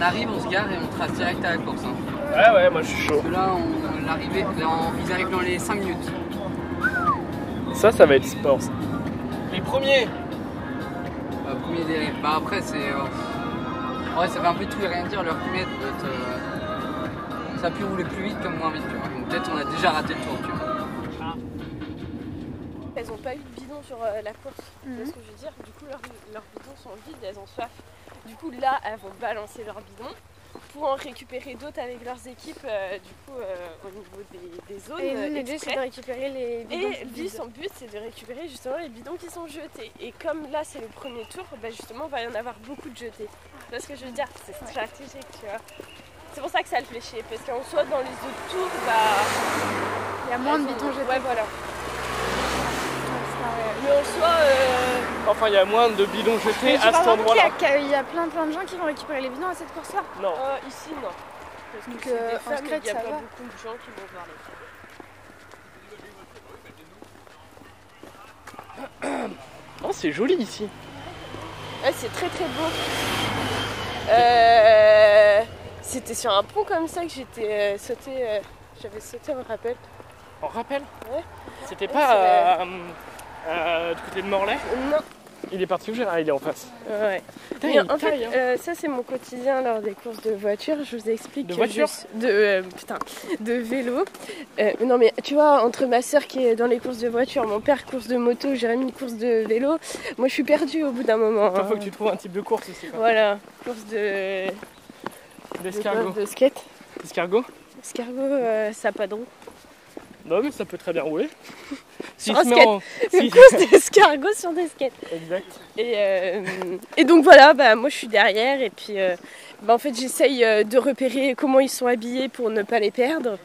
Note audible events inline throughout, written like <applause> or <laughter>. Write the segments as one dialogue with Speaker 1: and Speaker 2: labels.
Speaker 1: arrive, on se gare et on trace direct à la course. hein.
Speaker 2: Ouais, ouais, moi je suis chaud.
Speaker 1: Parce que là, on, euh, l'arrivée, là, on- ils arrivent dans les 5 minutes.
Speaker 2: Ça, ça va être sport. ça.
Speaker 1: Les premiers bah, Premier délai. Bah après c'est. euh, Ouais ça fait un peu tout et rien dire leur kilomètre doit être, euh, Ça a pu rouler plus vite comme moins vite tu vois. Donc peut-être on a déjà raté le tour tu vois.
Speaker 3: Elles n'ont pas eu de bidon sur euh, la course. Tu
Speaker 4: Mhm.
Speaker 3: vois ce que je veux dire Du coup, leurs leurs bidons sont vides, elles ont soif. Du coup, là, elles vont balancer leurs bidons pour en récupérer d'autres avec leurs équipes, euh, du coup, euh, au niveau des, des zones.
Speaker 4: Et
Speaker 3: euh,
Speaker 4: le but, c'est
Speaker 3: exprès.
Speaker 4: de récupérer les bidons
Speaker 3: Et lui, son but, c'est de récupérer justement les bidons qui sont jetés. Et comme là, c'est le premier tour, bah, justement, il va y en avoir beaucoup de jetés. Tu vois ce que je veux dire C'est stratégique, tu vois. C'est pour ça que ça le fait chier, parce qu'en soi, dans les autres tours, bah.
Speaker 4: Il y a moins de
Speaker 3: elles ont-
Speaker 4: bidons jetés.
Speaker 3: Ouais, voilà.
Speaker 4: Ouais,
Speaker 3: Mais en soi, euh,
Speaker 2: Enfin, il y a moins de bidons
Speaker 4: c'est
Speaker 2: jetés
Speaker 4: vrai. Mais tu
Speaker 2: à
Speaker 4: parles
Speaker 2: cet
Speaker 4: vraiment qu'il y
Speaker 2: endroit-là.
Speaker 4: a- qu'il y a- Il y a plein plein de gens qui vont récupérer les bidons à cette course-là.
Speaker 2: Non.
Speaker 3: euh, ici, non. Parce que
Speaker 4: Donc,
Speaker 3: c'est
Speaker 4: euh,
Speaker 3: des
Speaker 4: en
Speaker 3: femmes,
Speaker 4: secret,
Speaker 3: il n'y a
Speaker 4: ça
Speaker 3: pas
Speaker 4: va.
Speaker 3: beaucoup de gens qui vont voir les femmes.
Speaker 2: Oh, c'est joli ici.
Speaker 3: Ouais, c'est très très beau. Euh, C'était sur un pont comme ça que j'étais euh, sauté. J'avais sauté, on me rappelle.
Speaker 2: On rappelle
Speaker 3: Ouais.
Speaker 2: C'était
Speaker 3: Ouais,
Speaker 2: pas euh, euh, du côté de Morlaix
Speaker 3: Non,
Speaker 2: Il est parti où j'ai- Ah, il est en face.
Speaker 3: ouais.
Speaker 2: Putain,
Speaker 3: Mais
Speaker 2: il
Speaker 3: en
Speaker 2: taille,
Speaker 3: fait,
Speaker 2: hein.
Speaker 3: euh, ça c'est mon quotidien lors des courses de voiture. Je vous explique
Speaker 2: De
Speaker 3: que
Speaker 2: voiture
Speaker 3: je suis- de euh, putain de vélo. Euh, non mais tu vois entre ma sœur qui est dans les courses de voiture, mon père course de moto, Jérémy course de vélo, moi je suis perdue au bout d'un moment.
Speaker 2: Toi,
Speaker 3: hein.
Speaker 2: faut que tu trouves un type de course aussi. quoi.
Speaker 3: Voilà, course de
Speaker 2: D'escargot.
Speaker 3: de skate,
Speaker 2: Escargot
Speaker 3: escargot, euh, sapadon. <laughs>
Speaker 2: Non, mais ça peut très bien rouler. Si
Speaker 3: Sur un <laughs> Une
Speaker 2: si-
Speaker 3: course d'escargot sur des skates.
Speaker 2: <laughs> Exact.
Speaker 3: Et, euh, et donc voilà, bah, moi je suis derrière et puis euh, bah, en fait j'essaye euh, de repérer comment ils sont habillés pour ne pas les perdre.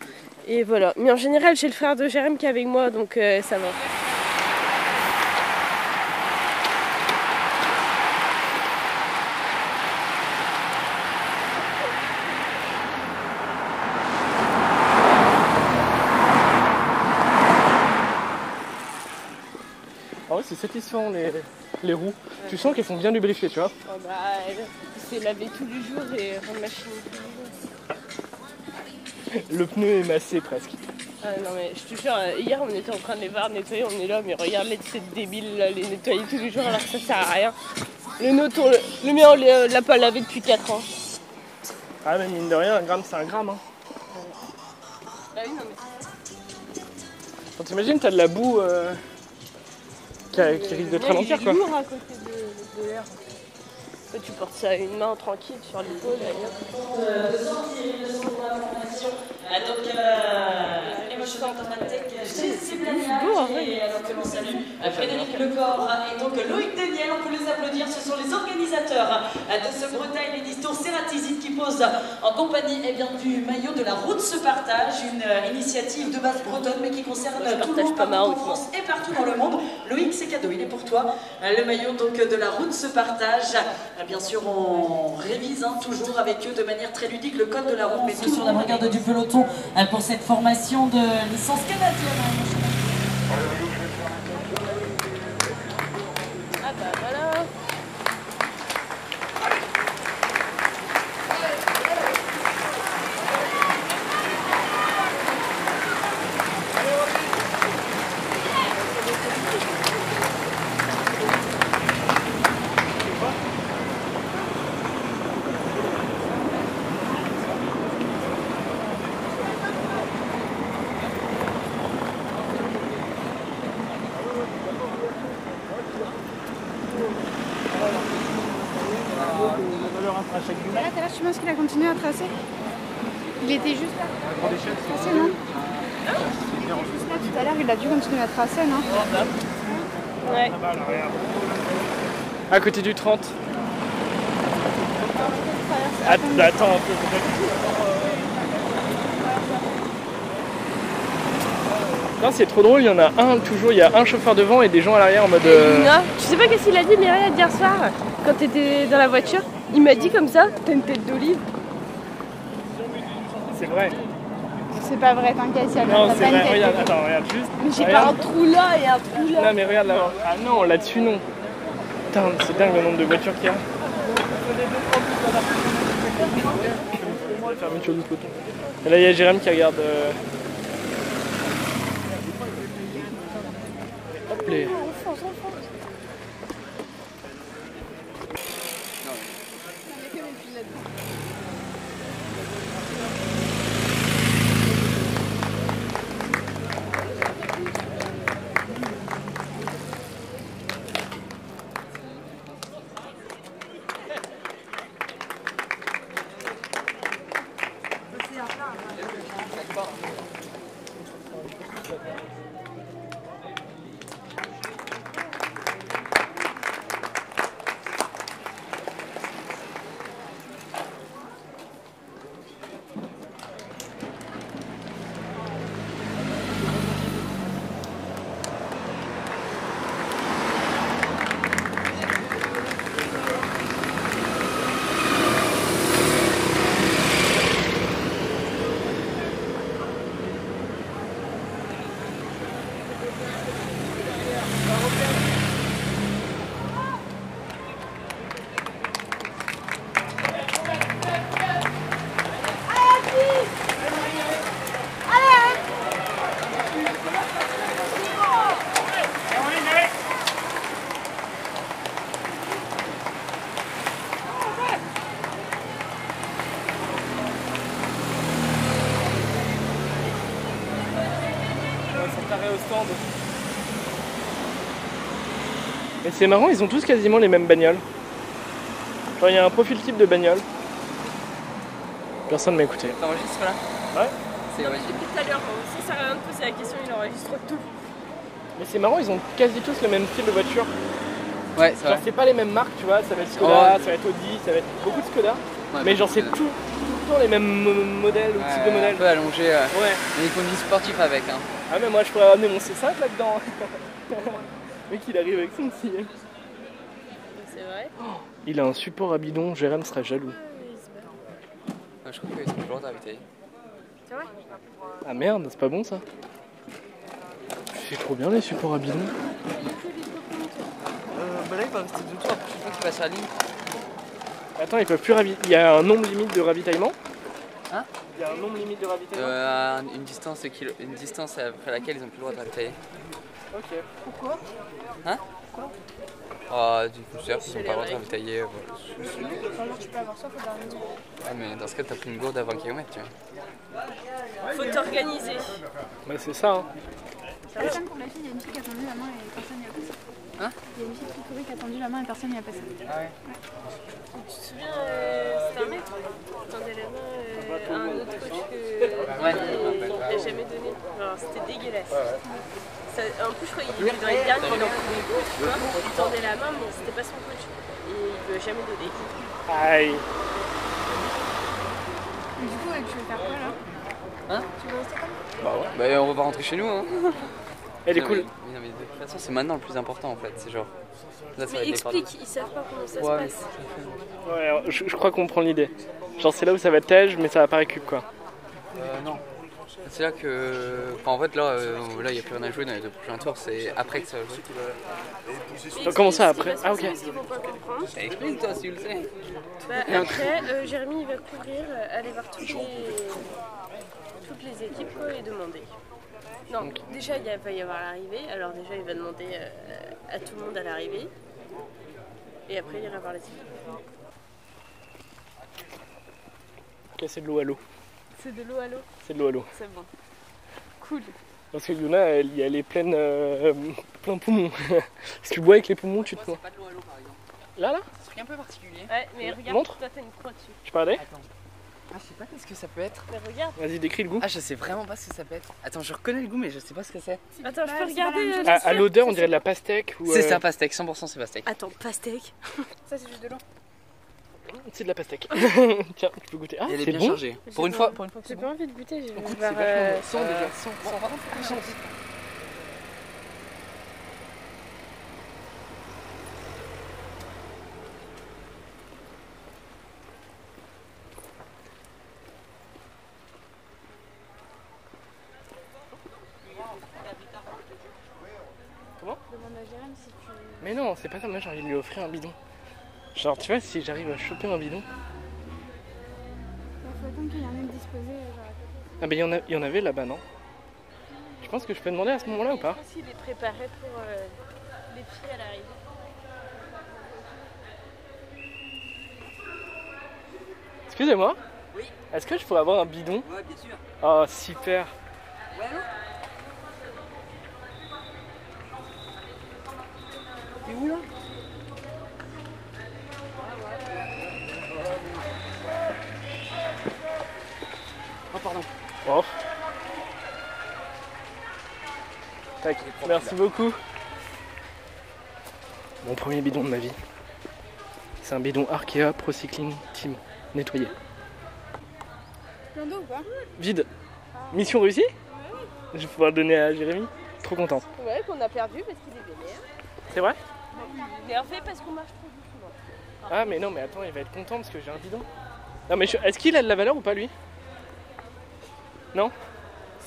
Speaker 3: Et voilà. Mais en général j'ai le frère de Jérém qui est avec moi donc euh, ça va.
Speaker 2: Ah ouais, c'est satisfaisant les, les roues. Tu sens qu'elles sont bien lubrifiées, tu vois.
Speaker 3: Oh, bah, c'est laver tous les jours et remachiner tous les
Speaker 2: Le pneu est massé presque.
Speaker 3: jours. Ah non mais je te jure, hier on était en train de les voir nettoyer, on est là mais regarde les cette débile les nettoyer tous les jours alors ça sert à rien. Le nôtre, le mien on l'a pas lavé depuis 4 ans.
Speaker 2: Ah, mais mine de rien, un gramme, c'est un gramme. Hein.
Speaker 3: Bah
Speaker 2: Enfin, T'imagines, t'as de la boue euh, qui, a- qui risque d'être à l'enfer, quoi.
Speaker 3: lourd hein, à côté de, l'air. Tu portes ça à une main tranquille sur l'épaule.
Speaker 5: Donc, euh, Emotional Dramatic, Jessie Blagnac euh, et alors que l'on salue euh, Frédéric Lecor hein, et donc Loïc Daniel, on peut les applaudir, ce sont les organisateurs euh, de ce Bretagne Ladies Tour Ceratizid qui pose en compagnie eh bien, du maillot de la route se partage, une euh, initiative de base bretonne mais qui concerne
Speaker 3: Moi, je
Speaker 5: tout le
Speaker 3: partage
Speaker 5: monde
Speaker 3: pas ma
Speaker 5: partout en
Speaker 3: route, moi.
Speaker 5: France et partout dans le monde. Loïc, c'est cadeau, il est pour toi. Euh, Le maillot donc de la route se partage. Euh, Bien sûr, on révise hein, toujours avec eux de manière très ludique le code de la route. Mais tout sur la brigade du peloton hein, pour cette formation de licence canadienne. hein,
Speaker 3: Ah bah voilà.
Speaker 4: Là, tout à l'heure, tu penses qu'il a continué à tracer Il était juste là. Tracé, non Il était juste là Ah, tout à l'heure, il a dû continuer à tracer, non
Speaker 3: Ouais.
Speaker 2: À côté du 30. Att- Attends un peu, peut-être. Non, c'est trop drôle, il y en a un toujours, il y a un chauffeur devant et des gens à l'arrière en mode. euh,
Speaker 3: Lina, tu sais pas qu'est-ce qu'il a dit, mais regarde hier soir, quand t'étais dans la voiture, il m'a dit comme ça, t'as une tête d'olive.
Speaker 2: C'est vrai.
Speaker 4: C'est pas vrai, t'inquiète, il y a
Speaker 2: Non,
Speaker 4: t'as
Speaker 2: c'est
Speaker 4: pas une
Speaker 2: vrai.
Speaker 4: tête.
Speaker 2: Regarde, attends, regarde juste.
Speaker 3: Mais j'ai pas un
Speaker 2: Regarde.
Speaker 3: trou là et un trou là.
Speaker 2: Non, mais regarde là. Ah non, là-dessus, non. Putain, c'est dingue le nombre de voitures qu'il y a. La fermeture du peloton. Et là, il y a Jérém qui regarde. euh, Hop, les-
Speaker 4: Ah,
Speaker 2: Mais c'est marrant, ils ont tous quasiment les mêmes bagnoles. Genre, il y a un profil type de bagnole. Personne m'a écouté.
Speaker 1: T'enregistres là
Speaker 2: Ouais.
Speaker 1: C'est original.
Speaker 3: Depuis tout à l'heure, euh, ça sert à rien de poser la question, il enregistre tout.
Speaker 2: Mais c'est marrant, ils ont quasi tous le même style de voiture.
Speaker 1: Ouais, c'est
Speaker 2: Genre,
Speaker 1: vrai.
Speaker 2: c'est pas les mêmes marques, tu vois. Ça va être
Speaker 1: Oh,
Speaker 2: Skoda,
Speaker 1: ouais.
Speaker 2: ça va être Audi, ça va être beaucoup de Skoda.
Speaker 1: Ouais,
Speaker 2: mais genre, c'est
Speaker 1: euh,
Speaker 2: tout, tout le temps les mêmes mo- modèles ou
Speaker 1: ouais,
Speaker 2: types de
Speaker 1: Un
Speaker 2: modèles.
Speaker 1: peu allongé. euh,
Speaker 2: Ouais.
Speaker 1: mais ils font du sportif avec. Hein.
Speaker 2: Ah, mais moi, je pourrais amener mon C5 là-dedans. <laughs> Le Mec, il arrive avec son petit.
Speaker 3: C'est vrai.
Speaker 2: Il a un support à bidon, Jérém sera jaloux.
Speaker 1: Euh, Je crois qu'ils sont toujours invités.
Speaker 2: Ah merde, c'est pas bon ça. C'est trop bien les supports à bidon.
Speaker 1: Euh, bah là, il va rester deux tours. Je crois qu'il passe à la ligne.
Speaker 2: Attends, ils peuvent plus ravitailler. Il y a un nombre limite de ravitaillement
Speaker 1: Hein
Speaker 2: Il y a un nombre limite de ravitaillement
Speaker 1: Euh, à une, distance de kilo- une distance après laquelle ils ont plus le droit de ravitailler.
Speaker 2: Ok.
Speaker 1: Ah, du coup, c'est-à-dire qu'ils n'ont pas le droit de ravitailler. euh, voilà.
Speaker 4: Genre, tu peux avoir soif au dernier moment.
Speaker 1: Ah, mais dans ce cas, t'as pris une gourde à 20 km, tu vois.
Speaker 3: Faut t'organiser.
Speaker 1: Euh.
Speaker 2: Bah c'est ça. Hein.
Speaker 4: Ça ressemble pour la fille, il y a une fille qui a tendu la main et personne n'y a passé.
Speaker 1: Hein
Speaker 4: Il y a une fille qui courait qui a tendu la main et personne n'y a passé.
Speaker 3: Tu te souviens, euh, c'était un mec qui tendait la main euh, à un autre coach que
Speaker 1: Ouais.
Speaker 3: il n'a jamais donné. Enfin, c'était dégueulasse. Ça- en plus, je crois qu'il était dans les derniers, il en pouvait plus, tu vois. Il tendait la main, mais c'était pas son coach. Et il veut jamais donner.
Speaker 2: Aïe.
Speaker 4: Mais du coup, euh, tu veux faire quoi là
Speaker 1: Bah ouais. Bah, on va rentrer chez nous, hein.
Speaker 2: Elle est
Speaker 1: Non,
Speaker 2: cool.
Speaker 1: mais- mais non, mais de toute façon, c'est maintenant le plus important en fait. C'est genre. Là, ça va
Speaker 3: Mais
Speaker 1: être les pardons.
Speaker 3: explique, ils savent pas comment ça
Speaker 1: Ouais, mais
Speaker 3: se passe.
Speaker 2: Ouais, alors, je, je crois qu'on prend l'idée. Genre c'est là où ça va être tège, mais ça va pas récup quoi.
Speaker 1: euh, c'est là que. Enfin, en fait, là, euh, là, il n'y a plus rien à jouer dans les deux prochains tours. C'est après que ça va jouer.
Speaker 3: Mais
Speaker 2: Comment ça,
Speaker 3: explique ce qui
Speaker 2: après Ah,
Speaker 3: va se passer,
Speaker 2: ok.
Speaker 3: parce qu'ils vont pas comprendre.
Speaker 1: Explique toi si tu le sais.
Speaker 3: Bah, après, euh, Jérémy il va courir, euh, aller voir toutes les, toutes les équipes quoi, et demander. Non, déjà il y a- va y avoir l'arrivée, alors déjà il va demander euh, à tout le monde à l'arrivée. Et après il ira voir les équipes.
Speaker 2: Ok, c'est de l'eau à l'eau.
Speaker 3: C'est de l'eau à l'eau,
Speaker 2: C'est de l'eau à l'eau.
Speaker 3: c'est bon. Cool.
Speaker 2: Parce que Yuna, elle, elle est pleine, euh, plein poumon. <laughs> si tu bois avec les poumons, tu te noies.
Speaker 1: pas de l'eau à l'eau par exemple.
Speaker 2: Là, là
Speaker 1: C'est un truc un peu particulier.
Speaker 3: Ouais, mais regarde,
Speaker 2: Montre.
Speaker 3: toi t'as une croix dessus.
Speaker 2: Tu peux regarder
Speaker 1: Attends. Ah, je sais pas qu'est-ce que ça peut être.
Speaker 3: Mais regarde.
Speaker 2: Vas-y, décris le goût.
Speaker 1: Ah, je sais vraiment pas ce que ça peut être. Attends, je reconnais le goût, mais je sais pas ce que c'est.
Speaker 3: Attends, je
Speaker 4: pas-
Speaker 3: peux
Speaker 4: c'est pas la
Speaker 3: regarder
Speaker 4: même
Speaker 3: euh,
Speaker 4: chose.
Speaker 2: À,
Speaker 3: la
Speaker 2: à
Speaker 3: sueur
Speaker 2: l'odeur, on dirait de la pastèque. ou,
Speaker 1: C'est
Speaker 2: euh,
Speaker 1: ça, pastèque. 100% c'est pastèque.
Speaker 3: Attends, pastèque.
Speaker 4: Ça, c'est juste de l'eau.
Speaker 2: C'est de
Speaker 1: <laughs>
Speaker 2: la pastèque. <laughs> Tiens, tu peux goûter. Ah,
Speaker 1: Elle est
Speaker 2: c'est
Speaker 1: bien
Speaker 2: bon.
Speaker 1: chargée. Pour une fois, pour une fois.
Speaker 3: J'ai pas envie de goûter, je vais
Speaker 1: Écoute,
Speaker 3: voir,
Speaker 1: c'est vachement
Speaker 3: euh,
Speaker 1: bon. Sans
Speaker 2: euh,
Speaker 1: déjà. Sans, sans, par contre, sans.
Speaker 4: Demande à Jérém si tu.
Speaker 2: Mais non, c'est pas ça. Moi, j'ai envie de lui offrir un bidon. Genre, tu vois, si j'arrive à choper un bidon.
Speaker 4: euh,
Speaker 2: Ah, mais il y, en a- il y en avait là-bas, non Je pense que je peux demander à ce moment-là ou
Speaker 3: Je
Speaker 2: pas
Speaker 3: pense qu'il Ah, est préparé pour euh, les filles à l'arrivée.
Speaker 2: Excusez-moi
Speaker 1: Oui.
Speaker 2: Est-ce que je pourrais avoir un bidon
Speaker 1: Ouais, bien sûr.
Speaker 2: Oh, super
Speaker 1: Ouais, allô T'es où là
Speaker 4: Ah,
Speaker 1: Oh, pardon.
Speaker 2: Oh. Tac, merci beaucoup. Mon premier bidon de ma vie. C'est un bidon Arkea Procycling Team nettoyé.
Speaker 4: Plein d'eau ou pas
Speaker 2: Vide. Mission réussie Je vais pouvoir le donner à Jérémy. Trop content.
Speaker 3: Ouais, qu'on a perdu parce qu'il est vénère.
Speaker 2: C'est vrai
Speaker 3: Énervé parce qu'on marche trop vite souvent.
Speaker 2: Ah mais non mais attends, il va être content parce que j'ai un bidon. Non mais je- est-ce qu'il a de la valeur ou pas lui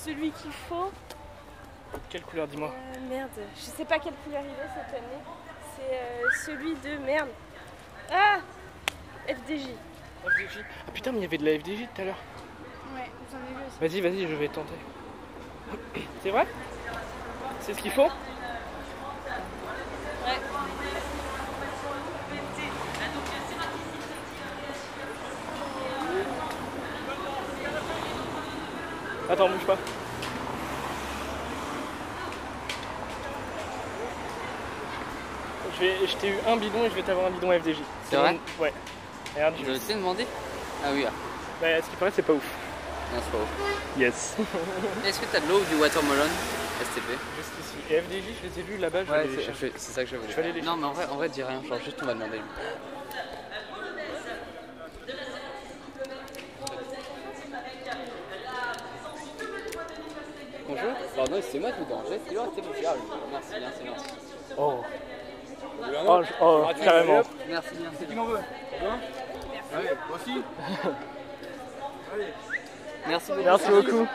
Speaker 3: Celui qu'il faut.
Speaker 2: Quelle couleur dis-moi
Speaker 3: euh, merde, je sais pas quelle couleur il est cette année. C'est euh, celui de merde. Ah FDJ.
Speaker 2: FDJ. Ah putain mais il y avait de la FDJ tout à l'heure.
Speaker 4: Ouais, j'en ai vu
Speaker 2: Vas-y,
Speaker 4: aussi.
Speaker 2: vas-y, je vais tenter. C'est vrai C'est ce qu'il faut Attends, bouge pas. Je, vais, je t'ai eu un bidon et je vais t'avoir un bidon FDJ.
Speaker 1: C'est vrai
Speaker 2: mon- Ouais. Regarde, je...
Speaker 1: Je t'ai demandé Ah oui, là.
Speaker 2: Ouais, ce qui paraît, c'est pas ouf.
Speaker 1: Non, c'est pas ouf.
Speaker 2: Yes.
Speaker 1: Est-ce que t'as de l'eau ou du watermelon STP
Speaker 2: Juste ici. Et FDJ, je les ai vus là-bas. je vais les
Speaker 1: c'est-
Speaker 2: chercher.
Speaker 1: je- c'est ça que je voulais.
Speaker 2: Je vais aller les
Speaker 1: faire. Non, mais en vrai, en vrai, dis rien. Genre, juste on va demander. Bonjour, pardon, c'est moi qui vous dérangeais, c'est moi, c'est mon frère. Merci, merci, merci.
Speaker 2: Oh. Oh, je- oh,
Speaker 1: Ah,
Speaker 2: carrément.
Speaker 1: Merci, merci.
Speaker 6: Qui en veut Hein Allez, aussi
Speaker 1: <laughs> Merci beaucoup.
Speaker 2: Merci beaucoup.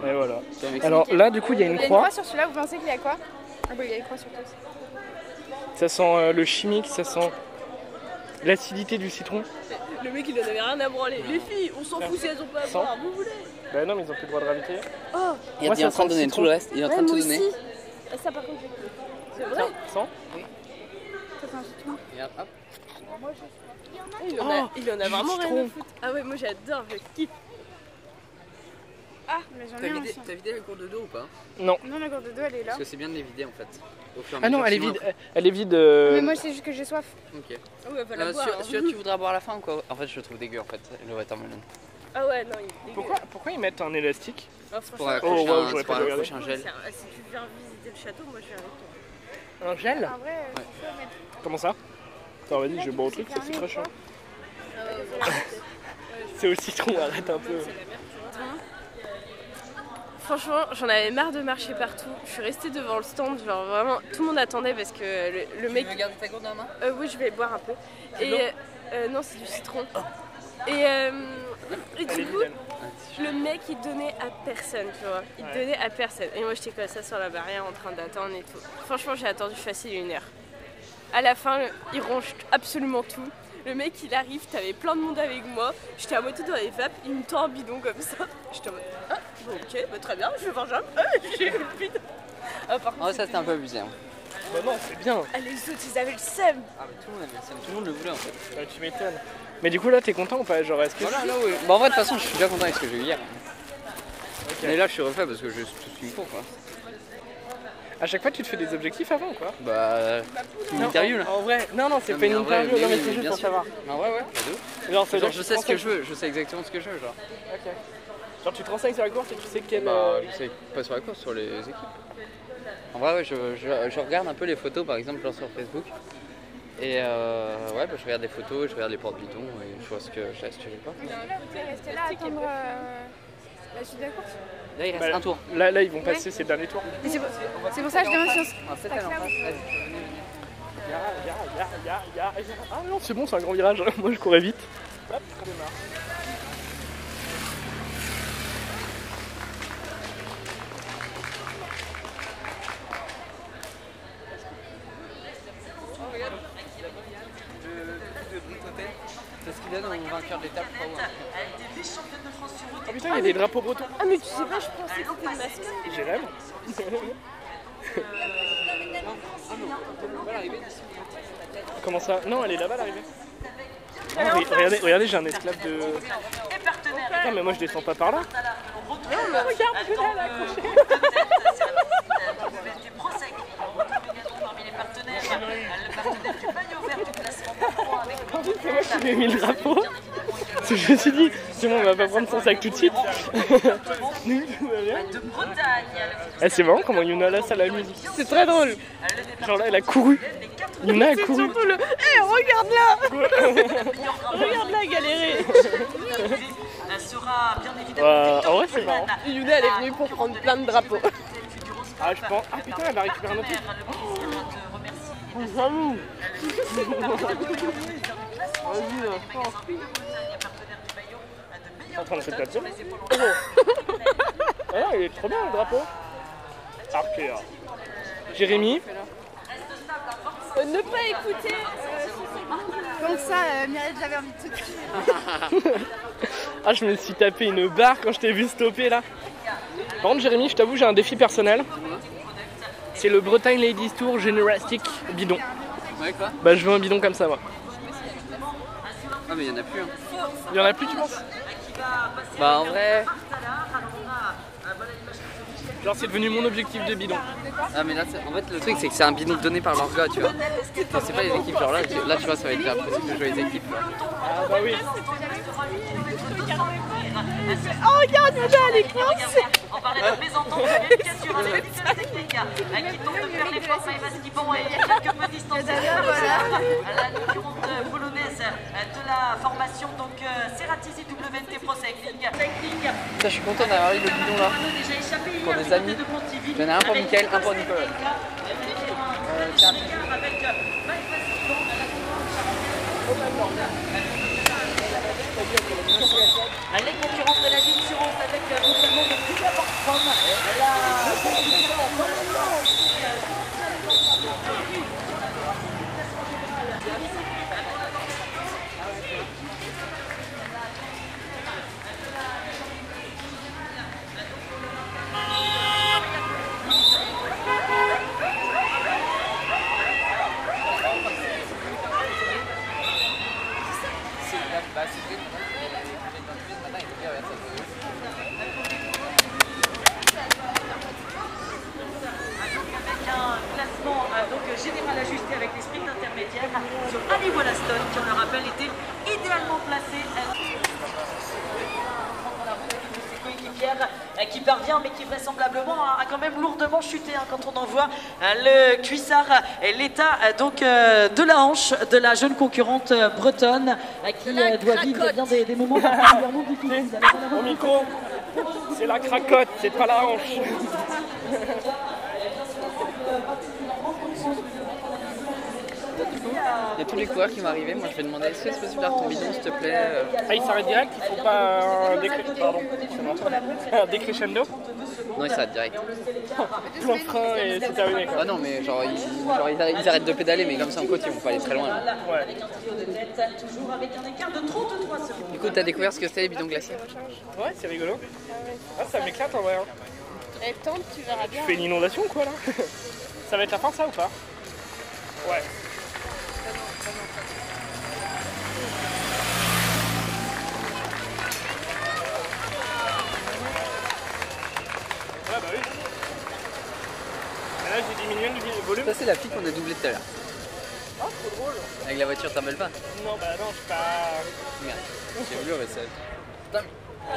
Speaker 2: bah, Et voilà.
Speaker 1: Putain, mec, c'est
Speaker 2: Alors là, du coup, il y a une
Speaker 4: Il y a une
Speaker 2: croix.
Speaker 4: croix sur celui-là, vous pensez qu'il y a quoi Ah bah il y a une croix sur tous.
Speaker 2: Ça sent euh, le chimique, ça sent l'acidité du citron.
Speaker 3: Le mec il en avait rien à branler. Les filles, on s'en fout si elles ont pas à
Speaker 2: Sans.
Speaker 3: boire, vous voulez
Speaker 2: Bah non, mais ils ont plus le droit de hein. graviter.
Speaker 3: Oh,
Speaker 1: Il
Speaker 2: Moi,
Speaker 1: est en train
Speaker 2: ça
Speaker 1: de
Speaker 2: sent le
Speaker 1: donner tout le reste, il est en train de tout donner.
Speaker 3: Ah, ça par contre, j'ai cru. C'est vrai
Speaker 2: Sans
Speaker 1: Et hop,
Speaker 3: il, en a,
Speaker 2: Oh,
Speaker 3: il en a
Speaker 2: du
Speaker 3: vraiment rien
Speaker 2: citron.
Speaker 3: à foutre. Ah ouais, moi j'adore, je kiffe.
Speaker 4: Mais j'en
Speaker 1: T'as
Speaker 4: ai un
Speaker 1: vidé,
Speaker 4: aussi.
Speaker 1: t'as vidé le cours de dos ou pas
Speaker 4: Non, la gourde d'eau elle est là.
Speaker 1: Parce que c'est bien de les vider en fait. Au fur et à
Speaker 2: Ah non,
Speaker 1: mesure,
Speaker 2: elle est
Speaker 1: sinon,
Speaker 2: vide. Elle est vide. euh,
Speaker 4: Mais moi c'est juste que j'ai soif.
Speaker 1: Ok.
Speaker 3: Ah ouais, va
Speaker 1: Euh,
Speaker 3: la boire.
Speaker 1: celui-
Speaker 3: hein.
Speaker 1: Celui-là, tu voudras boire à la fin ou quoi En fait, je le trouve dégueu en fait, le watermelon.
Speaker 3: Ah ouais, non, il est dégueu.
Speaker 2: Pourquoi, pourquoi ils mettent un élastique
Speaker 3: Ah, franchement,
Speaker 1: Pour la
Speaker 2: Oh,
Speaker 1: prochaine-
Speaker 2: wow,
Speaker 1: c'est
Speaker 2: j'aurais
Speaker 1: pour
Speaker 2: pas
Speaker 1: la
Speaker 2: regardé.
Speaker 1: prochaine gel.
Speaker 3: ça- Si tu viens visiter le château, moi je viens avec toi.
Speaker 2: Un gel
Speaker 4: En vrai, euh,
Speaker 1: Ouais.
Speaker 4: c'est chaud, mais
Speaker 2: Comment ça Attends, vas-y,
Speaker 4: là,
Speaker 2: je
Speaker 4: du
Speaker 2: vais boire au
Speaker 4: coup,
Speaker 2: truc,
Speaker 4: c'est
Speaker 2: ça c'est
Speaker 4: fermé,
Speaker 2: très chaud.
Speaker 4: quoi.
Speaker 2: C'est au citron, <laughs> arrête un peu.
Speaker 3: Franchement, j'en avais marre de marcher partout. Je suis restée devant le stand, genre vraiment, tout le monde attendait parce que le, le mec.
Speaker 1: garder ta gourde dans la main
Speaker 3: Euh, oui, je vais boire un peu.
Speaker 2: C'est
Speaker 3: Et
Speaker 2: de l'eau
Speaker 3: euh, euh, non, c'est du citron. Et, euh, et
Speaker 2: Elle est
Speaker 3: du coup,
Speaker 2: vide.
Speaker 3: le mec il donnait à personne, tu vois. Il
Speaker 2: Ouais.
Speaker 3: donnait à personne. Et moi j'étais comme ça sur la barrière en train d'attendre et tout. Franchement, j'ai attendu facile une heure. À la fin, le- il ronge absolument tout. Le mec il arrive, t'avais plein de monde avec moi. J'étais à moitié dans les vapes, il me tend un bidon comme ça. J'étais en mode, ah, bon, ok, bah, très bien, je vais voir Jean. Ah, <laughs> j'ai eu le bidon. Ah, par contre,
Speaker 1: Oh, ça c'était un peu abusé. hein.
Speaker 2: Bah non, c'est bien.
Speaker 3: ah, les autres ils avaient le seum.
Speaker 1: Ah, mais tout le monde aimait ça, tout le monde le voulait en fait.
Speaker 2: Bah, tu m'étonnes. Mais du coup, là, t'es content ou pas Genre, est-ce que.
Speaker 1: Voilà, là oui. Bah, en vrai, de toute façon, je suis déjà content avec ce que j'ai eu hier. Mais là, je suis refait parce que je suis tout ce qu'il me faut quoi.
Speaker 2: À chaque fois, tu te fais des objectifs avant ou quoi
Speaker 1: Bah, une
Speaker 2: Non,
Speaker 1: interview
Speaker 2: en-
Speaker 1: là.
Speaker 2: En vrai, non, non, c'est
Speaker 1: Non,
Speaker 2: pas
Speaker 1: mais
Speaker 2: une
Speaker 1: en vrai,
Speaker 2: interview,
Speaker 1: mais
Speaker 2: non, mais
Speaker 1: oui,
Speaker 2: c'est juste
Speaker 1: bien
Speaker 2: pour
Speaker 1: sûr.
Speaker 2: savoir.
Speaker 1: Ah, ouais, ouais. bah, de ouf.
Speaker 2: Genre, ça veut
Speaker 1: Genre,
Speaker 2: dire
Speaker 1: je
Speaker 2: tu
Speaker 1: sais
Speaker 2: te
Speaker 1: ce que
Speaker 2: renseignes-
Speaker 1: je veux, je sais exactement ce que je veux. Genre,
Speaker 2: Ok. Genre, tu te renseignes sur la course et tu sais quelle.
Speaker 1: bah,
Speaker 2: euh,
Speaker 1: je sais pas sur la course, sur les équipes. En vrai, ouais, je, je- je regarde un peu les photos par exemple genre sur Facebook. Et euh, ouais, bah, je regarde les photos, je regarde les portes bidons et je vois ce que je sais, ce que j'ai pas.
Speaker 4: Mais celui-là, vous pouvez rester là à attendre euh, la suite de la course.
Speaker 1: Là, il reste
Speaker 2: Bah,
Speaker 1: un tour.
Speaker 2: Là, là, ils vont passer ces derniers tours.
Speaker 4: Mais c'est pour, c'est pour ça que je demande si on se-
Speaker 1: On va peut-être aller en face. Vas-y, venez, venez.
Speaker 2: Ya, ya, ya, ya, ya, ya. Ah non, c'est bon, c'est un grand virage. <laughs> Moi, je courais vite. Hop, on démarre.
Speaker 1: C'est ce qu'il donne au vainqueur de l'étape, je crois, ou un truc.
Speaker 5: Elle était vice-championne de France sur route.
Speaker 2: Ah putain, il y a des drapeaux bretons.
Speaker 3: Ah, mais tu sais pas, je pensais que c'était une mascotte.
Speaker 2: J'ai rêve. <laughs>
Speaker 1: Voilà, il est d'ici.
Speaker 2: Comment ça Non, elle est là-bas l'arrivée. Ah, oui, regardez, regardez j'ai un esclave de.
Speaker 5: Et partenaire.
Speaker 2: Putain, mais moi je descends pas par là. <laughs>
Speaker 5: Voilà, on retrouve.
Speaker 3: regarde,
Speaker 5: Attends,
Speaker 3: là, elle est
Speaker 5: euh, route de tête, c'est la piscine, euh, du VLT Prosec. On retrouve également parmi les partenaires euh, le partenaire du maillot vert du classement parcours avec le
Speaker 2: Putain, C'est moi qui lui ai mis le drapeau. <laughs> Parce que Je me suis dit, c'est bon, on va pas prendre son sac tout de suite.
Speaker 5: de Bretagne.
Speaker 2: Eh, c'est marrant comment Yuna là, ça l'amuse. C'est très drôle. Genre là, elle a couru. Yuna a couru.
Speaker 3: Surtout le. Eh, regarde là Regarde là, galérer
Speaker 5: Elle euh, sera bien évidemment.
Speaker 2: Euh, en vrai, c'est marrant.
Speaker 3: Yuna, elle est venue pour prendre plein de drapeaux.
Speaker 2: Ah, je pense. Ah putain, elle a récupéré un autre.
Speaker 3: J'avoue.
Speaker 2: T'es en train de faire de la pub <laughs> Ah non, il est trop bien le drapeau. Arcœur. Jérémy,
Speaker 3: Euh, ne pas écouter. euh,
Speaker 4: Comme ça, euh, Mireille, j'avais envie de te tuer.
Speaker 2: <laughs> ah je me suis tapé une barre quand je t'ai vu stopper là. Par contre Jérémy, je t'avoue, j'ai un défi personnel. C'est le Bretagne Ladies Tour Generastic bidon.
Speaker 1: Ouais, quoi
Speaker 2: Bah je veux un bidon comme ça moi.
Speaker 1: Ah, mais il y en a plus. hein.
Speaker 2: Il y en a plus tu penses
Speaker 1: Bah, en vrai.
Speaker 2: Genre c'est devenu mon objectif de bidon.
Speaker 1: Ah, mais là, c'est- en fait, le truc, c'est que c'est un bidon donné par leur gars, tu vois. Enfin, c'est pas les équipes. Genre là, tu, là, tu vois, ça va être impossible de jouer les équipes. quoi.
Speaker 2: Ah bah oui.
Speaker 3: Oh, regarde, Yuna, elle est coincée.
Speaker 5: On parlait de mésentente, il y a une cassure avec une seule technique à qui tente de faire les forces à Eva Skibon et il y a quelques petits distances à la concurrente polonaise euh, de la formation donc euh, Ceratizi WNT Pro Cycling. Technique,
Speaker 1: Ça, je suis content d'avoir eu le bidon là.
Speaker 5: Arnaud déjà échappé hier
Speaker 1: des
Speaker 5: du côté
Speaker 1: amis.
Speaker 5: de Pontivy.
Speaker 1: J'en ai un pour
Speaker 5: Avec
Speaker 1: Mickaël, un pour
Speaker 5: Nicolas
Speaker 1: Nicolas.
Speaker 5: Stenka, avec, euh, Manu Chicard, avec, euh, Mike Vassilon, la concurrente charentaise. Les concurrentes de la Gilles Surance avec euh, notamment donc, Julia Borgström, la avec un classement euh, donc, général ajusté avec les sprints intermédiaires sur Ali Wallaston qui, on le rappelle, était idéalement placé. euh, Dans la roue avec une de ses coéquipières, euh, qui parvient mais qui vraisemblablement a a quand même lourdement chuté hein, quand on en voit euh, le cuissard et l'état euh, donc euh, de la hanche de la jeune concurrente euh, bretonne euh, qui euh, doit vivre bien des, des moments particulièrement difficiles. Alors, on a
Speaker 2: Au micro, c'est la cracotte, c'est pas la hanche.
Speaker 1: Il y a tous les coureurs qui vont arriver. Moi, je vais demander est-ce que c'est possible d'avoir ton bidon, s'il te plaît euh,
Speaker 2: Ah, il s'arrête direct, il faut pas euh, un, décré... Pardon, c'est mon tour. un décrescendo.
Speaker 1: Non, ils s'arrêtent direct.
Speaker 2: Plein frein et c'est terminé quoi.
Speaker 1: Ah non, mais genre, ils, genre, ils arrêtent, ils arrêtent de pédaler, mais comme ça en côte, ils vont pas aller très loin. là.
Speaker 5: avec un trio de tête, toujours avec un écart de 33 secondes.
Speaker 1: Du coup, t'as découvert ce que c'était les bidons glacés
Speaker 2: Ouais, c'est rigolo. Ah, ça m'éclate en vrai. hein.
Speaker 3: Et tente, tu verras
Speaker 2: Tu hein.
Speaker 3: bien.
Speaker 2: fais une inondation ou quoi là <laughs> Ça va être la fin ça ou pas Ouais. Ouais, bah oui. Mais Là, j'ai diminué le volume.
Speaker 1: Ça, c'est la fille qu'on a doublée tout à l'heure.
Speaker 2: Ah, trop drôle.
Speaker 1: Avec la voiture, t'appelles pas
Speaker 2: Non, bah non, je suis pas.
Speaker 1: Merde. J'ai voulu, mais ça.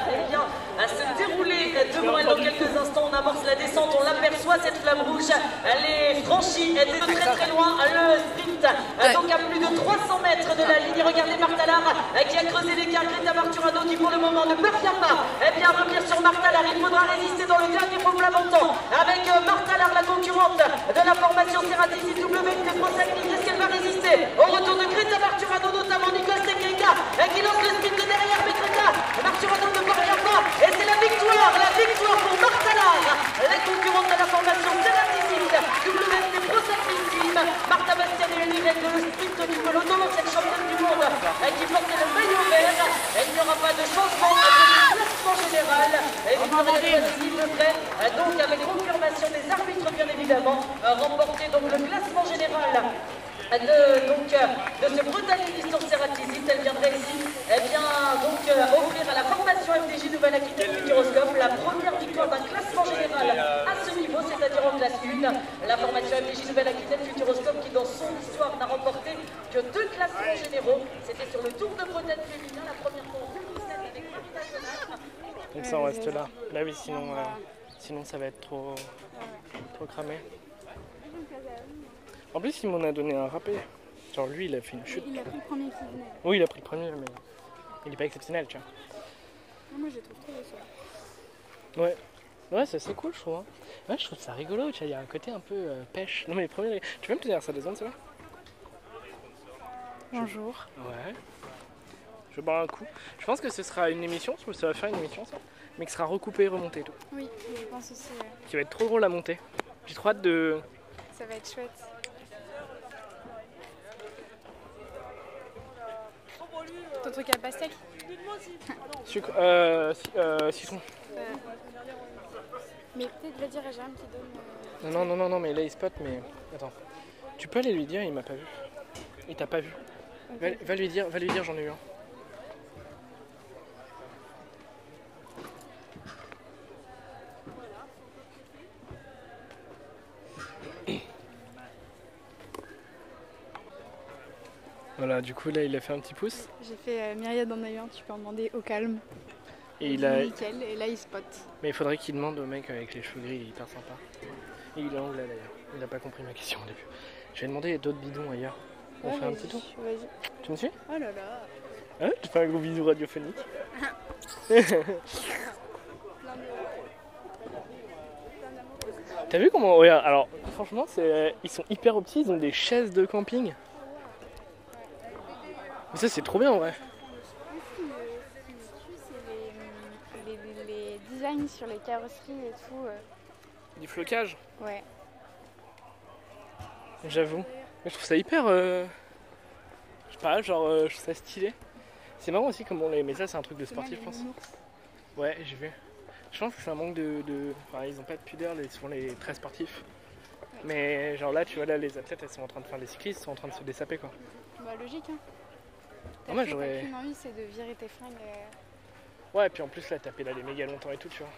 Speaker 5: Eh bien, à se dérouler devant elle dans quelques instants. On amorce la descente, on l'aperçoit cette flamme rouge. Elle est franchie, elle est de très très loin. Le sprint, euh, donc à plus de 300 mètres de la ligne. Et Regardez Martalar euh, qui a creusé l'écart. Greta Marturano qui pour le moment ne parvient pas. Eh bien, à revenir sur Martalar, il faudra résister dans le dernier problème avant-temps. Avec euh, Martalar, la concurrente de la formation Ceratici WNT Française, qu'est-ce qu'elle va résister Au retour de Greta Marturano, notamment Nicolas Tekeka, euh, qui lance le sprint de derrière. Mais Greta Marturano ne parvient pas. Et c'est la victoire, la victoire pour Martalar, la concurrente de la formation Ceratici WNT Française Team. Martha Bastien est l'une de sprint du peloton, cette championne du monde euh, qui portait le maillot Allez, s'il vous plaît. Euh, Donc, avec confirmation des arbitres, bien évidemment, euh, remporté donc le classement général euh, de, donc, euh, de ce brutal édition Serratisi, elle viendrait ici eh bien, donc, euh, offrir à la formation FDJ Nouvelle-Aquitaine Futuroscope la première victoire d'un classement général à ce niveau, c'est-à-dire en classe 1. La formation FDJ Nouvelle-Aquitaine Futuroscope qui, dans son histoire, n'a remporté que deux classements généraux. C'était sur le Tour de Bretagne féminin, la première fois en 2017 avec Marina Chenard.
Speaker 2: Donc ça, on reste là. Là, oui, sinon, euh, sinon ça va être trop, trop cramé. En plus, il m'en a donné un râpé. Genre, lui, il a fait une chute.
Speaker 4: Il a pris le premier qui venait.
Speaker 2: Oui, il a pris le premier, mais il n'est pas exceptionnel, tu vois.
Speaker 4: Non, Moi, je les trouve trop beaux, ceux-là.
Speaker 2: Ouais. Ouais, ça c'est cool, je trouve. hein. Ouais, je trouve ça rigolo, tu vois, il y a un côté un peu euh, pêche. Non, mais les premiers. Tu veux me tenir ça des ondes, c'est là
Speaker 4: Bonjour.
Speaker 2: Ouais. Je bois un coup. Je pense que ce sera une émission, je pense que ça va faire une émission, ça. Mais qui sera recoupée et remontée et tout.
Speaker 4: Oui, je pense aussi. euh,
Speaker 2: Qui va être trop drôle à monter. J'ai trop hâte de.
Speaker 4: Ça va être chouette. Ton truc à pastèque
Speaker 2: Sucre. Euh, ci- euh, citron.
Speaker 4: Euh, Mais peut-être le dire à Jérôme qui donne. euh,
Speaker 2: Non, non, non, non, non, mais là il spot, mais. Attends. Tu peux aller lui dire, il m'a pas vu. Il t'a pas vu. Va, va lui dire, va lui dire, j'en ai eu un. Voilà, du coup là il a fait un petit pouce
Speaker 4: J'ai fait euh, Myriade en ayant, tu peux en demander au calme.
Speaker 2: et il a.
Speaker 4: Nickel, et là il spot.
Speaker 2: Mais il faudrait qu'il demande au mec avec les cheveux gris, il est hyper sympa. Et il est anglais d'ailleurs. Il a pas compris ma question au début. Je vais demander d'autres bidons ailleurs. On fait un petit tour.
Speaker 4: Vas-y.
Speaker 2: Tu me suis
Speaker 4: Oh là là.
Speaker 2: Hein Tu fais un gros bisou radiophonique. T'as vu comment regarde Alors franchement, c'est ils sont hyper petits, ils ont des chaises de camping. Mais ça c'est trop bien en vrai.
Speaker 4: euh, C'est les, les, les designs sur les carrosseries et tout. euh,
Speaker 2: Du flocage,
Speaker 4: Ouais.
Speaker 2: j'avoue. Mais je trouve ça hyper. euh, Je sais pas, genre euh, je trouve ça stylé. C'est marrant aussi comment on les. Mais ça c'est un truc de sportif, je pense. Ouais, j'ai vu. Je pense que c'est un manque de, de- Enfin, ils ont pas de pudeur, les, souvent les très sportifs. Mais genre là, tu vois, là, les athlètes, elles sont en train de faire les cyclistes, sont en train de se dessaper, quoi.
Speaker 4: Bah logique hein.
Speaker 2: Ah,
Speaker 4: T'as
Speaker 2: moi,
Speaker 4: plus-
Speaker 2: j'aurais-
Speaker 4: t'as qu'une envie c'est de virer tes fringues. euh,
Speaker 2: Ouais, puis en plus, là, t'as pédalé méga longtemps et tout, tu vois.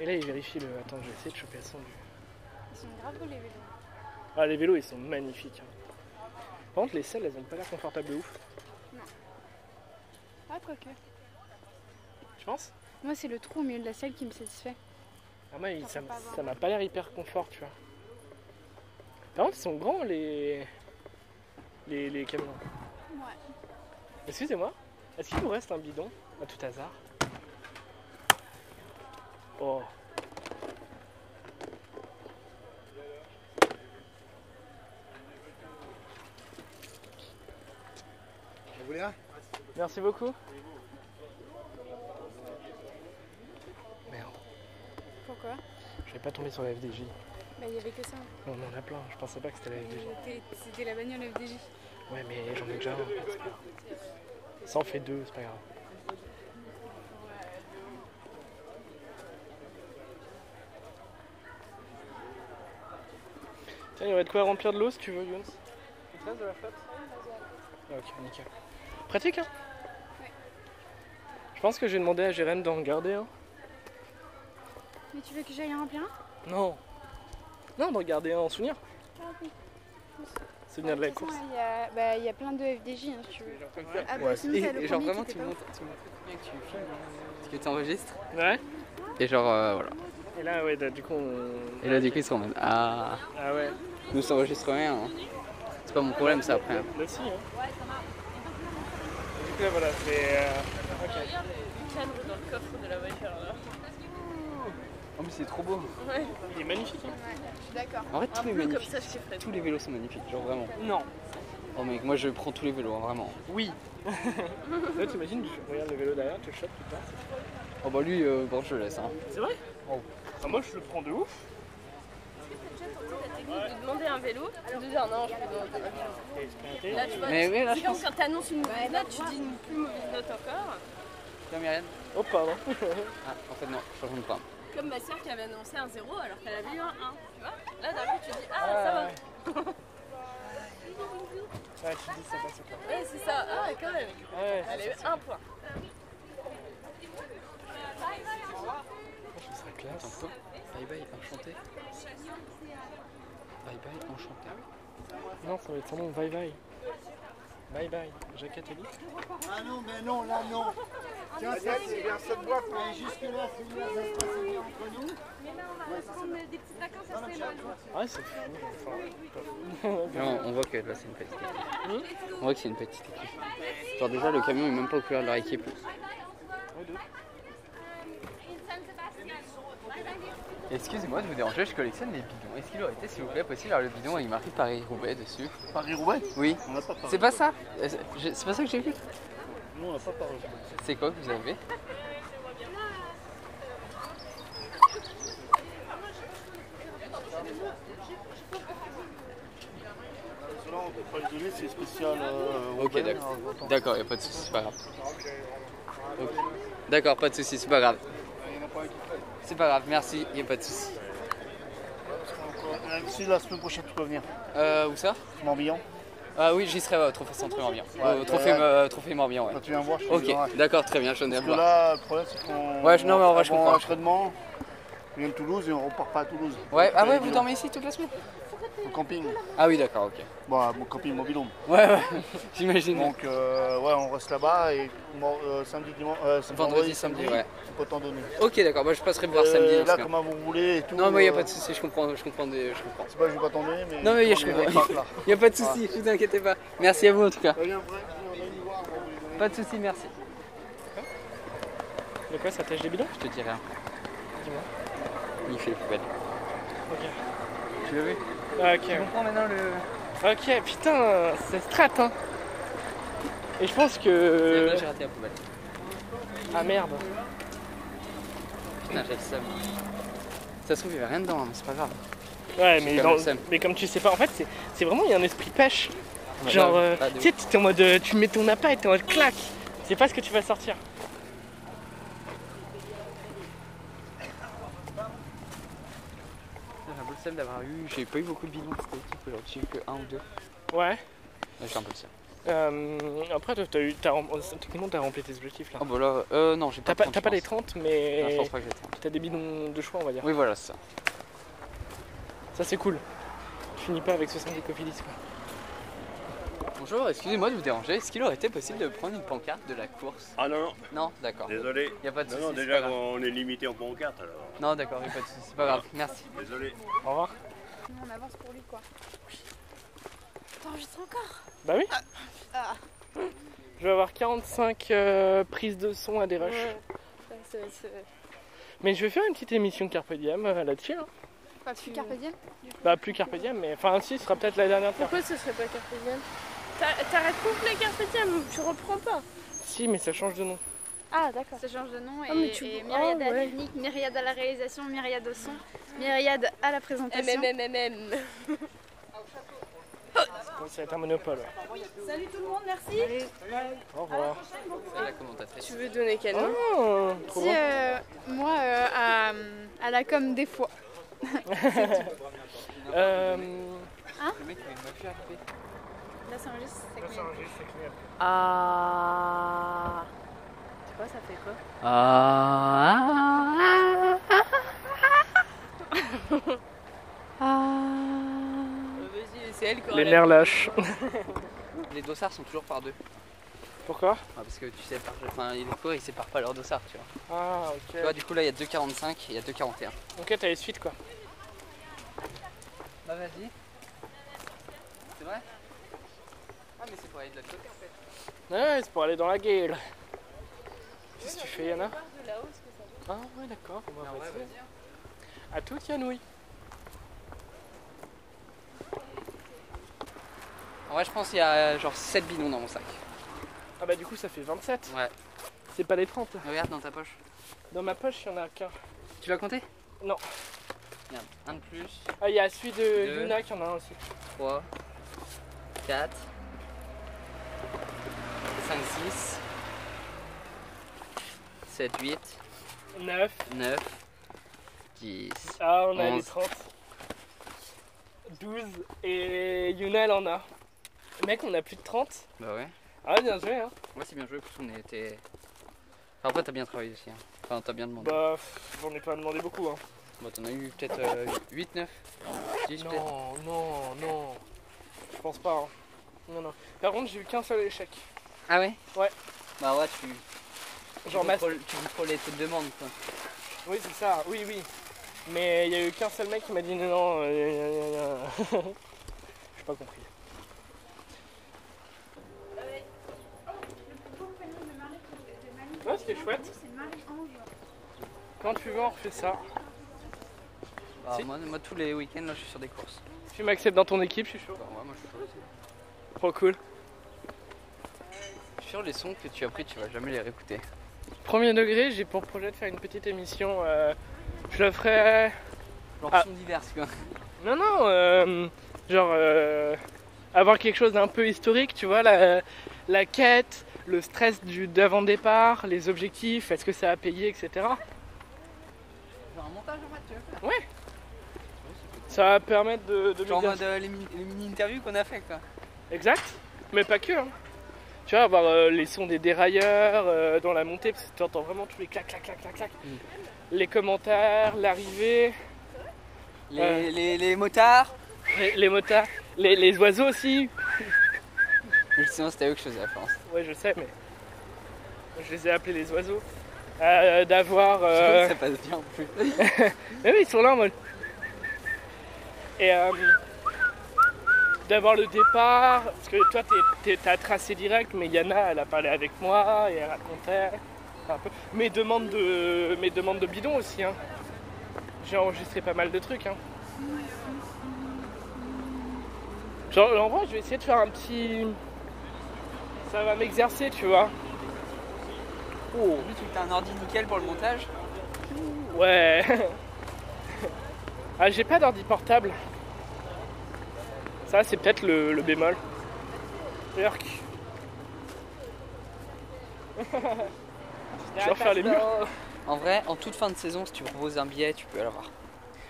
Speaker 2: Et là, ils vérifient le... Attends, je vais essayer de choper le son du...
Speaker 4: Ils sont grave beaux les vélos.
Speaker 2: Ah, les vélos, ils sont magnifiques. hein. Par contre, les selles, elles ont pas l'air confortables de ouf.
Speaker 4: Ah quoique.
Speaker 2: Tu penses
Speaker 4: Moi c'est le trou au milieu de la selle qui me satisfait.
Speaker 2: Ah, moi, ils-
Speaker 4: Ça
Speaker 2: ça
Speaker 4: fait pas
Speaker 2: ça m'a pas l'air hyper confort, tu vois. Par contre, ils sont grands, les... Les, les camions.
Speaker 4: Ouais.
Speaker 2: Excusez-moi, est-ce qu'il vous reste un bidon à tout hasard Oh.
Speaker 6: Vous voulez un
Speaker 2: Merci beaucoup. Merde,
Speaker 4: Pourquoi
Speaker 2: je vais pas tomber sur la FDJ.
Speaker 4: Bah il y avait que ça.
Speaker 2: On en a plein, je pensais pas que c'était la FDJ.
Speaker 4: C'était- C'était la bagnole FDJ.
Speaker 2: Ouais, mais j'en ai déjà un. c'est pas grave. Ça en fait deux, c'est pas grave. Tiens, il y aurait de quoi remplir de l'eau si tu veux, Younes. Il te reste de la flotte Ah, Ok, nickel. Pratique, hein Je pense que j'ai demandé à Jérém d'en garder un.
Speaker 4: Mais tu veux que j'aille en remplir un
Speaker 2: Non Non, d'en garder un en souvenir.
Speaker 4: Ah oui. Ah,
Speaker 2: Souvenir de la course.
Speaker 4: Il y, a... bah, il y a plein de FDJ hein, si tu veux. Ah bah
Speaker 1: Ouais.
Speaker 4: sinon
Speaker 1: Et-
Speaker 4: t'as le
Speaker 1: et genre
Speaker 4: premier
Speaker 1: vraiment
Speaker 4: qui
Speaker 1: tu
Speaker 4: était pas
Speaker 1: montes, tu montres bien que tu filmes, hein, parce que tu enregistres.
Speaker 2: Ouais
Speaker 1: Et genre euh, voilà.
Speaker 2: Et là, ouais, là, du coup, on...
Speaker 1: Et là du coup ils sont en mode ah
Speaker 2: Ah ouais.
Speaker 1: nous ça enregistre rien. hein. C'est pas mon problème ça après. hein.
Speaker 2: Là, si, hein. Du coup, là, voilà, c'est. euh, Ok.
Speaker 3: Cadre dans le coffre de la voiture. là.
Speaker 1: Oh mais c'est trop beau.
Speaker 2: Il est magnifique, hein.
Speaker 4: mal. Je suis d'accord.
Speaker 1: En vrai
Speaker 3: Un
Speaker 1: tous les
Speaker 3: peu comme
Speaker 1: magnifiques.
Speaker 3: ça chez Fred.
Speaker 1: Tous les vélos sont magnifiques, genre vraiment.
Speaker 2: Non.
Speaker 1: Oh mec, moi je prends tous les vélos, hein, vraiment.
Speaker 2: Oui. là, t'imagines, tu regardes le vélo derrière, tu le chopes, tu le passes.
Speaker 1: Oh bah lui, euh, bon je le laisse. Hein.
Speaker 2: C'est vrai
Speaker 1: Oh.
Speaker 2: Ah, moi, je le prends de ouf.
Speaker 3: De demander un vélo, de dire non, je vais demander un vélo.
Speaker 2: Et expérimenter.
Speaker 3: Là, tu vois,
Speaker 1: Mais oui, là
Speaker 3: tu-
Speaker 1: je
Speaker 3: quand t'annonces une mauvaise note, tu dis une plus mauvaise note encore.
Speaker 1: Toi, Myriam
Speaker 2: Oh, pardon.
Speaker 1: Ah, en fait, non, je ne pas.
Speaker 3: Comme ma soeur qui avait annoncé un 0 alors qu'elle avait eu un 1. Tu vois Là, d'un coup, tu dis Ah, ça va.
Speaker 2: Ouais, Ah, tu dis, ça passe pas.
Speaker 3: Ouais, c'est ça. Ah, quand même.
Speaker 2: Ouais,
Speaker 3: Elle a eu un point.
Speaker 1: Je trouve ça classe. Bye bye, enchanté. Bye bye, enchanté.
Speaker 2: non, ça va être son nom, bye bye. Bye bye, Jacques Attali.
Speaker 7: Ah non, mais non, là non. Tiens, ça c'est vers cette boîte, mais jusque-là, c'est bien, ça se passe bien entre nous.
Speaker 2: Ouais, c'est fou. Enfin, pas fou.
Speaker 1: Non, on voit que là, c'est une petite équipe. On voit que c'est une petite équipe. Genre, déjà, le camion est même pas au couleur de leur équipe. Excusez-moi de vous déranger, je collectionne les bidons. Est-ce qu'il aurait été, s'il vous plaît, possible Alors, le bidon avec marqué Paris-Roubaix dessus.
Speaker 7: Paris-Roubaix
Speaker 1: Oui.
Speaker 7: On n'a pas parlé.
Speaker 1: C'est pas ça Euh, c'est- je- C'est pas ça que j'ai vu
Speaker 7: Nous, on n'a pas parlé.
Speaker 1: C'est quoi que vous avez
Speaker 7: Là, on peut pas le donner, c'est spécial. euh,
Speaker 1: Ok,
Speaker 7: Roubaix,
Speaker 1: d'accord.
Speaker 7: alors, attends.
Speaker 1: D'accord, y a pas de soucis, c'est pas grave. Ok. D'accord, pas de soucis, c'est pas grave. C'est pas grave, merci, y a pas de soucis.
Speaker 7: Euh, Si la semaine prochaine, tu peux venir.
Speaker 1: Euh, où ça
Speaker 7: Morbihan,
Speaker 1: Ah oui, j'y serai ouais, au trophée Centre Morbihan.
Speaker 7: Ouais,
Speaker 1: Au trophée,
Speaker 7: ouais.
Speaker 1: euh, trophée Morbihan, ouais.
Speaker 7: quand tu viens voir, je te dirai.
Speaker 1: Ok, d'accord, très bien, je viendrai
Speaker 7: Parce que
Speaker 1: voir.
Speaker 7: là, le problème, c'est qu'on.
Speaker 1: Ouais, je- non, mais en vrai, je
Speaker 7: on
Speaker 1: comprends.
Speaker 7: entraînement, on vient de Toulouse et on repart pas à Toulouse.
Speaker 1: Ouais, ah
Speaker 7: Récupérer
Speaker 1: ouais,
Speaker 7: le
Speaker 1: vous
Speaker 7: bidon.
Speaker 1: dormez ici toute la semaine
Speaker 7: Au camping.
Speaker 1: Ah oui, d'accord, ok.
Speaker 7: Bon, à mon camping mobile home.
Speaker 1: Ouais, ouais, <laughs> j'imagine.
Speaker 7: Donc, euh, ouais, on reste là-bas et mor- euh, samedi, dimanche. euh, c'est
Speaker 1: Vendredi, samedi, ouais.
Speaker 7: c'est pas tant donné.
Speaker 1: Ok, d'accord, bah, je passerai me voir samedi.
Speaker 7: Euh,
Speaker 1: dans ce
Speaker 7: là,
Speaker 1: cas.
Speaker 7: comment vous voulez et tout.
Speaker 1: Non, mais y a
Speaker 7: euh,
Speaker 1: pas de soucis, je comprends, je comprends, des- je comprends.
Speaker 7: C'est pas que je vais pas t'en donner, mais.
Speaker 1: Non, mais je
Speaker 7: on est
Speaker 1: comprends.
Speaker 7: avec là.
Speaker 1: Y a pas de soucis, vous inquiétez pas. Merci à vous en tout cas.
Speaker 7: Ça vient vrai, on a une voir, on va vous les donner.
Speaker 1: Pas de soucis, merci.
Speaker 2: De quoi ça tâche des bidons
Speaker 1: Je te dirai après.
Speaker 2: Dis-moi.
Speaker 1: Il fait les poubelles.
Speaker 2: Ok.
Speaker 1: Tu l'as vu
Speaker 2: Ah, ok,
Speaker 1: Tu
Speaker 2: ouais.
Speaker 1: comprends maintenant le.
Speaker 2: ok, putain, c'est strat, hein. Et je pense que.
Speaker 1: Là, j'ai raté la poubelle.
Speaker 2: Ah merde.
Speaker 1: Putain, j'ai le seum. Ça se trouve, il y avait rien dedans, hein, mais c'est pas grave.
Speaker 2: Ouais,
Speaker 1: C'est
Speaker 2: mais,
Speaker 1: quand
Speaker 2: dans-
Speaker 1: même simple.
Speaker 2: mais comme tu sais pas, en fait, c'est- c'est vraiment, il y a un esprit pêche. Genre, euh,
Speaker 1: Pas Ah, de
Speaker 2: tu
Speaker 1: ouf.
Speaker 2: sais, t'es en mode, euh, tu mets ton appât et t'es en mode clac. C'est pas ce que tu vas sortir.
Speaker 1: Putain, J'ai un peu le seum d'avoir eu. J'ai pas eu beaucoup de bidons de cette équipe aujourd'hui. J'ai eu que un ou deux. Là,
Speaker 2: Ouais.
Speaker 1: j'ai un peu le seum.
Speaker 2: Euh, après, toi, t'as eu, t'as, rem- euh, techniquement, t'as rempli tes objectifs là.
Speaker 1: Oh, bah là, euh, non, j'ai pas
Speaker 2: T'as
Speaker 1: de
Speaker 2: pas,
Speaker 1: temps,
Speaker 2: t'as
Speaker 1: je
Speaker 2: pas les
Speaker 1: pense.
Speaker 2: 30,
Speaker 1: Non, je
Speaker 2: mais
Speaker 1: pense pas que j'ai le temps.
Speaker 2: t'as des bidons de choix, on va dire.
Speaker 1: Oui, voilà, c'est ça.
Speaker 2: Ça, c'est cool. Tu finis pas avec 60 copilis quoi.
Speaker 1: Bonjour, excusez-moi de vous déranger. Est-ce qu'il aurait été possible de prendre une pancarte de la course
Speaker 8: Ah non, non,
Speaker 1: Non, d'accord.
Speaker 8: désolé.
Speaker 1: Y a pas de
Speaker 8: Non,
Speaker 1: soucis.
Speaker 8: non,
Speaker 1: c'est
Speaker 8: déjà
Speaker 1: pas grave.
Speaker 8: on est limité en hein. pancarte alors.
Speaker 1: Non, d'accord, y a pas de soucis. C'est pas grave. Merci.
Speaker 8: Désolé.
Speaker 2: Au revoir.
Speaker 4: On avance pour lui quoi.
Speaker 3: T'enregistres encore
Speaker 2: Bah oui.
Speaker 3: Ah.
Speaker 2: Je vais avoir 45 euh, prises de son à des rushs.
Speaker 3: Ouais. C'est- c'est-
Speaker 2: Mais je vais faire une petite émission Carpe Diem euh, là-dessus. hein.
Speaker 4: Pas plus Carpe diem
Speaker 2: Bah, plus Carpe Diem, mais enfin, si, ce sera peut-être la dernière fois.
Speaker 3: Pourquoi ce serait pas Carpe Diem T'a- T'arrêtes complet Carpe Diem ou tu reprends pas
Speaker 2: Si, mais ça change de nom.
Speaker 4: Ah d'accord. Ça change de nom et,
Speaker 3: Ah, mais tu-
Speaker 4: et myriade
Speaker 3: ah,
Speaker 4: à la
Speaker 3: ouais.
Speaker 4: technique, myriade à la réalisation, myriade au son, myriade à la
Speaker 3: Eh,
Speaker 4: présentation.
Speaker 3: MMMMM
Speaker 2: Bon, ça va être un monopole. ouais.
Speaker 3: Salut tout le monde, merci
Speaker 2: Au revoir.
Speaker 1: C'est la commentatrice.
Speaker 3: Tu veux donner quel nom
Speaker 2: Oh, trop
Speaker 4: Si
Speaker 2: bon.
Speaker 4: euh, moi euh, à, à la com des fois.
Speaker 2: Euh,
Speaker 1: Le mec, il m'a fait appeler.
Speaker 4: Là c'est un geste, c'est que-
Speaker 3: Ah Tu vois, ça fait quoi
Speaker 8: Ah.
Speaker 3: Vas-y, c'est elle qui
Speaker 2: les nerfs lâches.
Speaker 1: Les dossards sont toujours par deux.
Speaker 2: Pourquoi
Speaker 1: Ah, parce que tu sais, par- enfin, les cours ils séparent pas leurs dossards, tu vois.
Speaker 2: Ah,
Speaker 1: Tu vois,
Speaker 2: ok.
Speaker 1: du coup, là, il y a 2,45 et il y a 2,41.
Speaker 2: Ok, t'as les suites quoi.
Speaker 1: Bah, vas-y. C'est vrai Ah, mais c'est pour aller de l'autre côté en fait.
Speaker 2: Ouais, c'est pour aller dans la gueule. Qu'est-ce que tu fais, Yana Ah, ouais, d'accord. Bon,
Speaker 1: Ah, ouais,
Speaker 2: vas-y.
Speaker 1: vas-y. hein.
Speaker 2: À toute, Yanouille.
Speaker 1: En vrai, je pense qu'il y a euh, genre 7 bidons dans mon sac.
Speaker 2: Ah, bah, du coup, ça fait 27.
Speaker 1: Ouais.
Speaker 2: C'est pas les 30 là.
Speaker 1: Regarde dans ta poche.
Speaker 2: Dans ma poche, il y en a qu'un.
Speaker 1: Tu l'as compté
Speaker 2: Non.
Speaker 1: Merde. Un de plus,
Speaker 2: Ah, il y a celui de
Speaker 1: Deux.
Speaker 2: Yuna qui en a un aussi.
Speaker 1: 3, 4, 5, 6, 7, 8,
Speaker 2: 9.
Speaker 1: 9, 10.
Speaker 2: Ah, on a les
Speaker 1: Onze.
Speaker 2: 30. 12. Et Yuna, elle en a. Mec, on a plus de 30.
Speaker 1: Bah ouais.
Speaker 2: Ah, ouais, bien joué, hein.
Speaker 1: Moi c'est bien joué parce qu'on était. Enfin, après t'as bien travaillé aussi. hein. Enfin t'as bien demandé.
Speaker 2: Bah, pff, j'en ai pas demandé beaucoup, hein.
Speaker 1: Bah, t'en as eu peut-être 8, 9, 10 peut-être.
Speaker 2: Non, non, non. Je pense pas, hein. Non, non. Par contre, j'ai eu qu'un seul échec.
Speaker 1: Ah ouais
Speaker 2: Ouais.
Speaker 1: Bah ouais tu.
Speaker 2: Genre,
Speaker 1: tu
Speaker 2: ma...
Speaker 1: contrôles, tu contrôles tes demandes quoi.
Speaker 2: Oui, c'est ça, oui, oui. Mais il y a eu qu'un seul mec qui m'a dit non, non, euh, euh, <laughs> euh, J'ai pas compris. Ouais, ce qui est chouette. Quand tu veux, on refait ça.
Speaker 1: Bah,
Speaker 2: Si.
Speaker 1: moi, moi, tous les week-ends là je suis sur des courses.
Speaker 2: Tu m'acceptes dans ton équipe, je suis chaud.
Speaker 1: Bah ouais moi je suis sur
Speaker 2: Trop cool.
Speaker 1: Je suis sûr les sons que tu as pris tu vas jamais les réécouter.
Speaker 2: Premier degré, j'ai pour projet de faire une petite émission. euh, je le ferai.
Speaker 1: Genre
Speaker 2: Ah.
Speaker 1: sons divers quoi.
Speaker 2: Non, non, euh, genre euh, avoir quelque chose d'un peu historique, tu vois, la, la quête, le stress du d'avant-départ, les objectifs, est-ce que ça a payé, etc.
Speaker 1: Genre un montage en fait tu veux faire
Speaker 2: Ça va permettre de, de
Speaker 1: Genre en
Speaker 2: me dire-
Speaker 1: mode euh, les mini- les mini-interviews qu'on a fait quoi.
Speaker 2: Exact, mais pas que. hein. Tu vois, avoir euh, les sons des dérailleurs euh, dans la montée, parce que tu entends vraiment tous les clac, clac, clac, clac, clac.
Speaker 1: Mm.
Speaker 2: Les commentaires, l'arrivée,
Speaker 1: Les,
Speaker 2: Ouais.
Speaker 1: les, les motards.
Speaker 2: les, les motards, les, les oiseaux aussi.
Speaker 1: Mais Sinon c'était eux que je faisais la France.
Speaker 2: Ouais, je sais, mais je les ai appelés les oiseaux. Euh, D'avoir. euh,
Speaker 1: Ça passe bien en plus.
Speaker 2: Mais Eh oui, ils sont là en mode. Et euh, d'avoir le départ, parce que toi, t'es- t'es- t'as tracé direct, mais Yana, elle a parlé avec moi et elle racontait un peu. Mes demandes de, mes demandes de bidon aussi. hein. J'ai enregistré pas mal de trucs. hein. Genre, en vrai, je vais essayer de faire un petit. Ça va m'exercer, tu vois. Oh.
Speaker 1: En plus, tu as un ordi nickel pour le montage.
Speaker 2: Ouais. ah, j'ai pas d'ordi portable. Ça, c'est peut-être le, le bémol.
Speaker 1: <laughs>
Speaker 2: Urk. Je vais refaire les murs.
Speaker 1: En vrai, en toute fin de saison, si tu proposes un billet, tu peux l'avoir.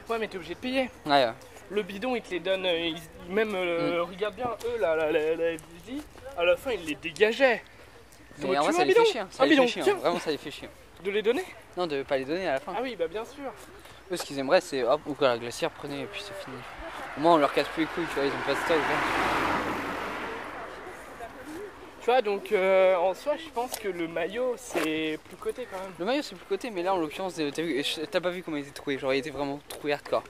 Speaker 2: Ouais, mais t'es obligé de payer.
Speaker 1: Ouais, ouais.
Speaker 2: Le bidon, ils te les donnent. euh, ils- même, euh, regarde bien, eux, là, la, la, la FDJ, à la fin, ils les dégageaient.
Speaker 1: Mais
Speaker 2: Tu
Speaker 1: en vrai,
Speaker 2: veux
Speaker 1: ça
Speaker 2: un
Speaker 1: les
Speaker 2: bidon
Speaker 1: fait chier. Ça
Speaker 2: Un
Speaker 1: les
Speaker 2: bidon,
Speaker 1: fait chier. hein.
Speaker 2: tiens.
Speaker 1: Vraiment, ça les fait chier.
Speaker 2: De les donner
Speaker 1: Non, de pas les donner à la fin.
Speaker 2: Ah oui, bah bien sûr.
Speaker 1: Eux, ce qu'ils aimeraient, c'est hop, ouvrir la glacière, prenez, et puis c'est fini. Au moins, on leur casse plus les couilles, tu vois, ils ont pas de stock. hein.
Speaker 2: Tu vois, donc, euh, en soi, je pense que le maillot, c'est plus coté quand même.
Speaker 1: Le maillot, c'est plus côté, mais là, en l'occurrence, t'as vu- t'as pas vu comment ils étaient troués. Genre, ils étaient vraiment troués hardcore.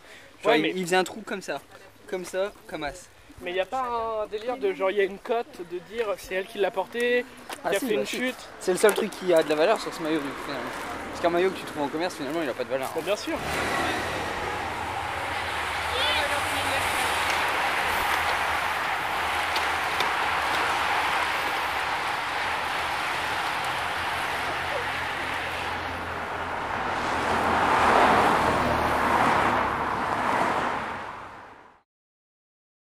Speaker 1: Genre,
Speaker 2: Ouais,
Speaker 1: ils-
Speaker 2: mais-
Speaker 1: ils faisaient un trou comme ça. Comme ça, comme as.
Speaker 2: Mais il n'y a pas un délire de genre, il y a une cote de dire c'est elle qui l'a porté, qui a
Speaker 1: si,
Speaker 2: fait
Speaker 1: bah,
Speaker 2: une
Speaker 1: si.
Speaker 2: chute.
Speaker 1: C'est le seul truc qui a de la valeur sur ce maillot, du coup, finalement. Parce qu'un maillot que tu trouves en commerce, finalement, il a pas de valeur.
Speaker 2: Bon, bien sûr.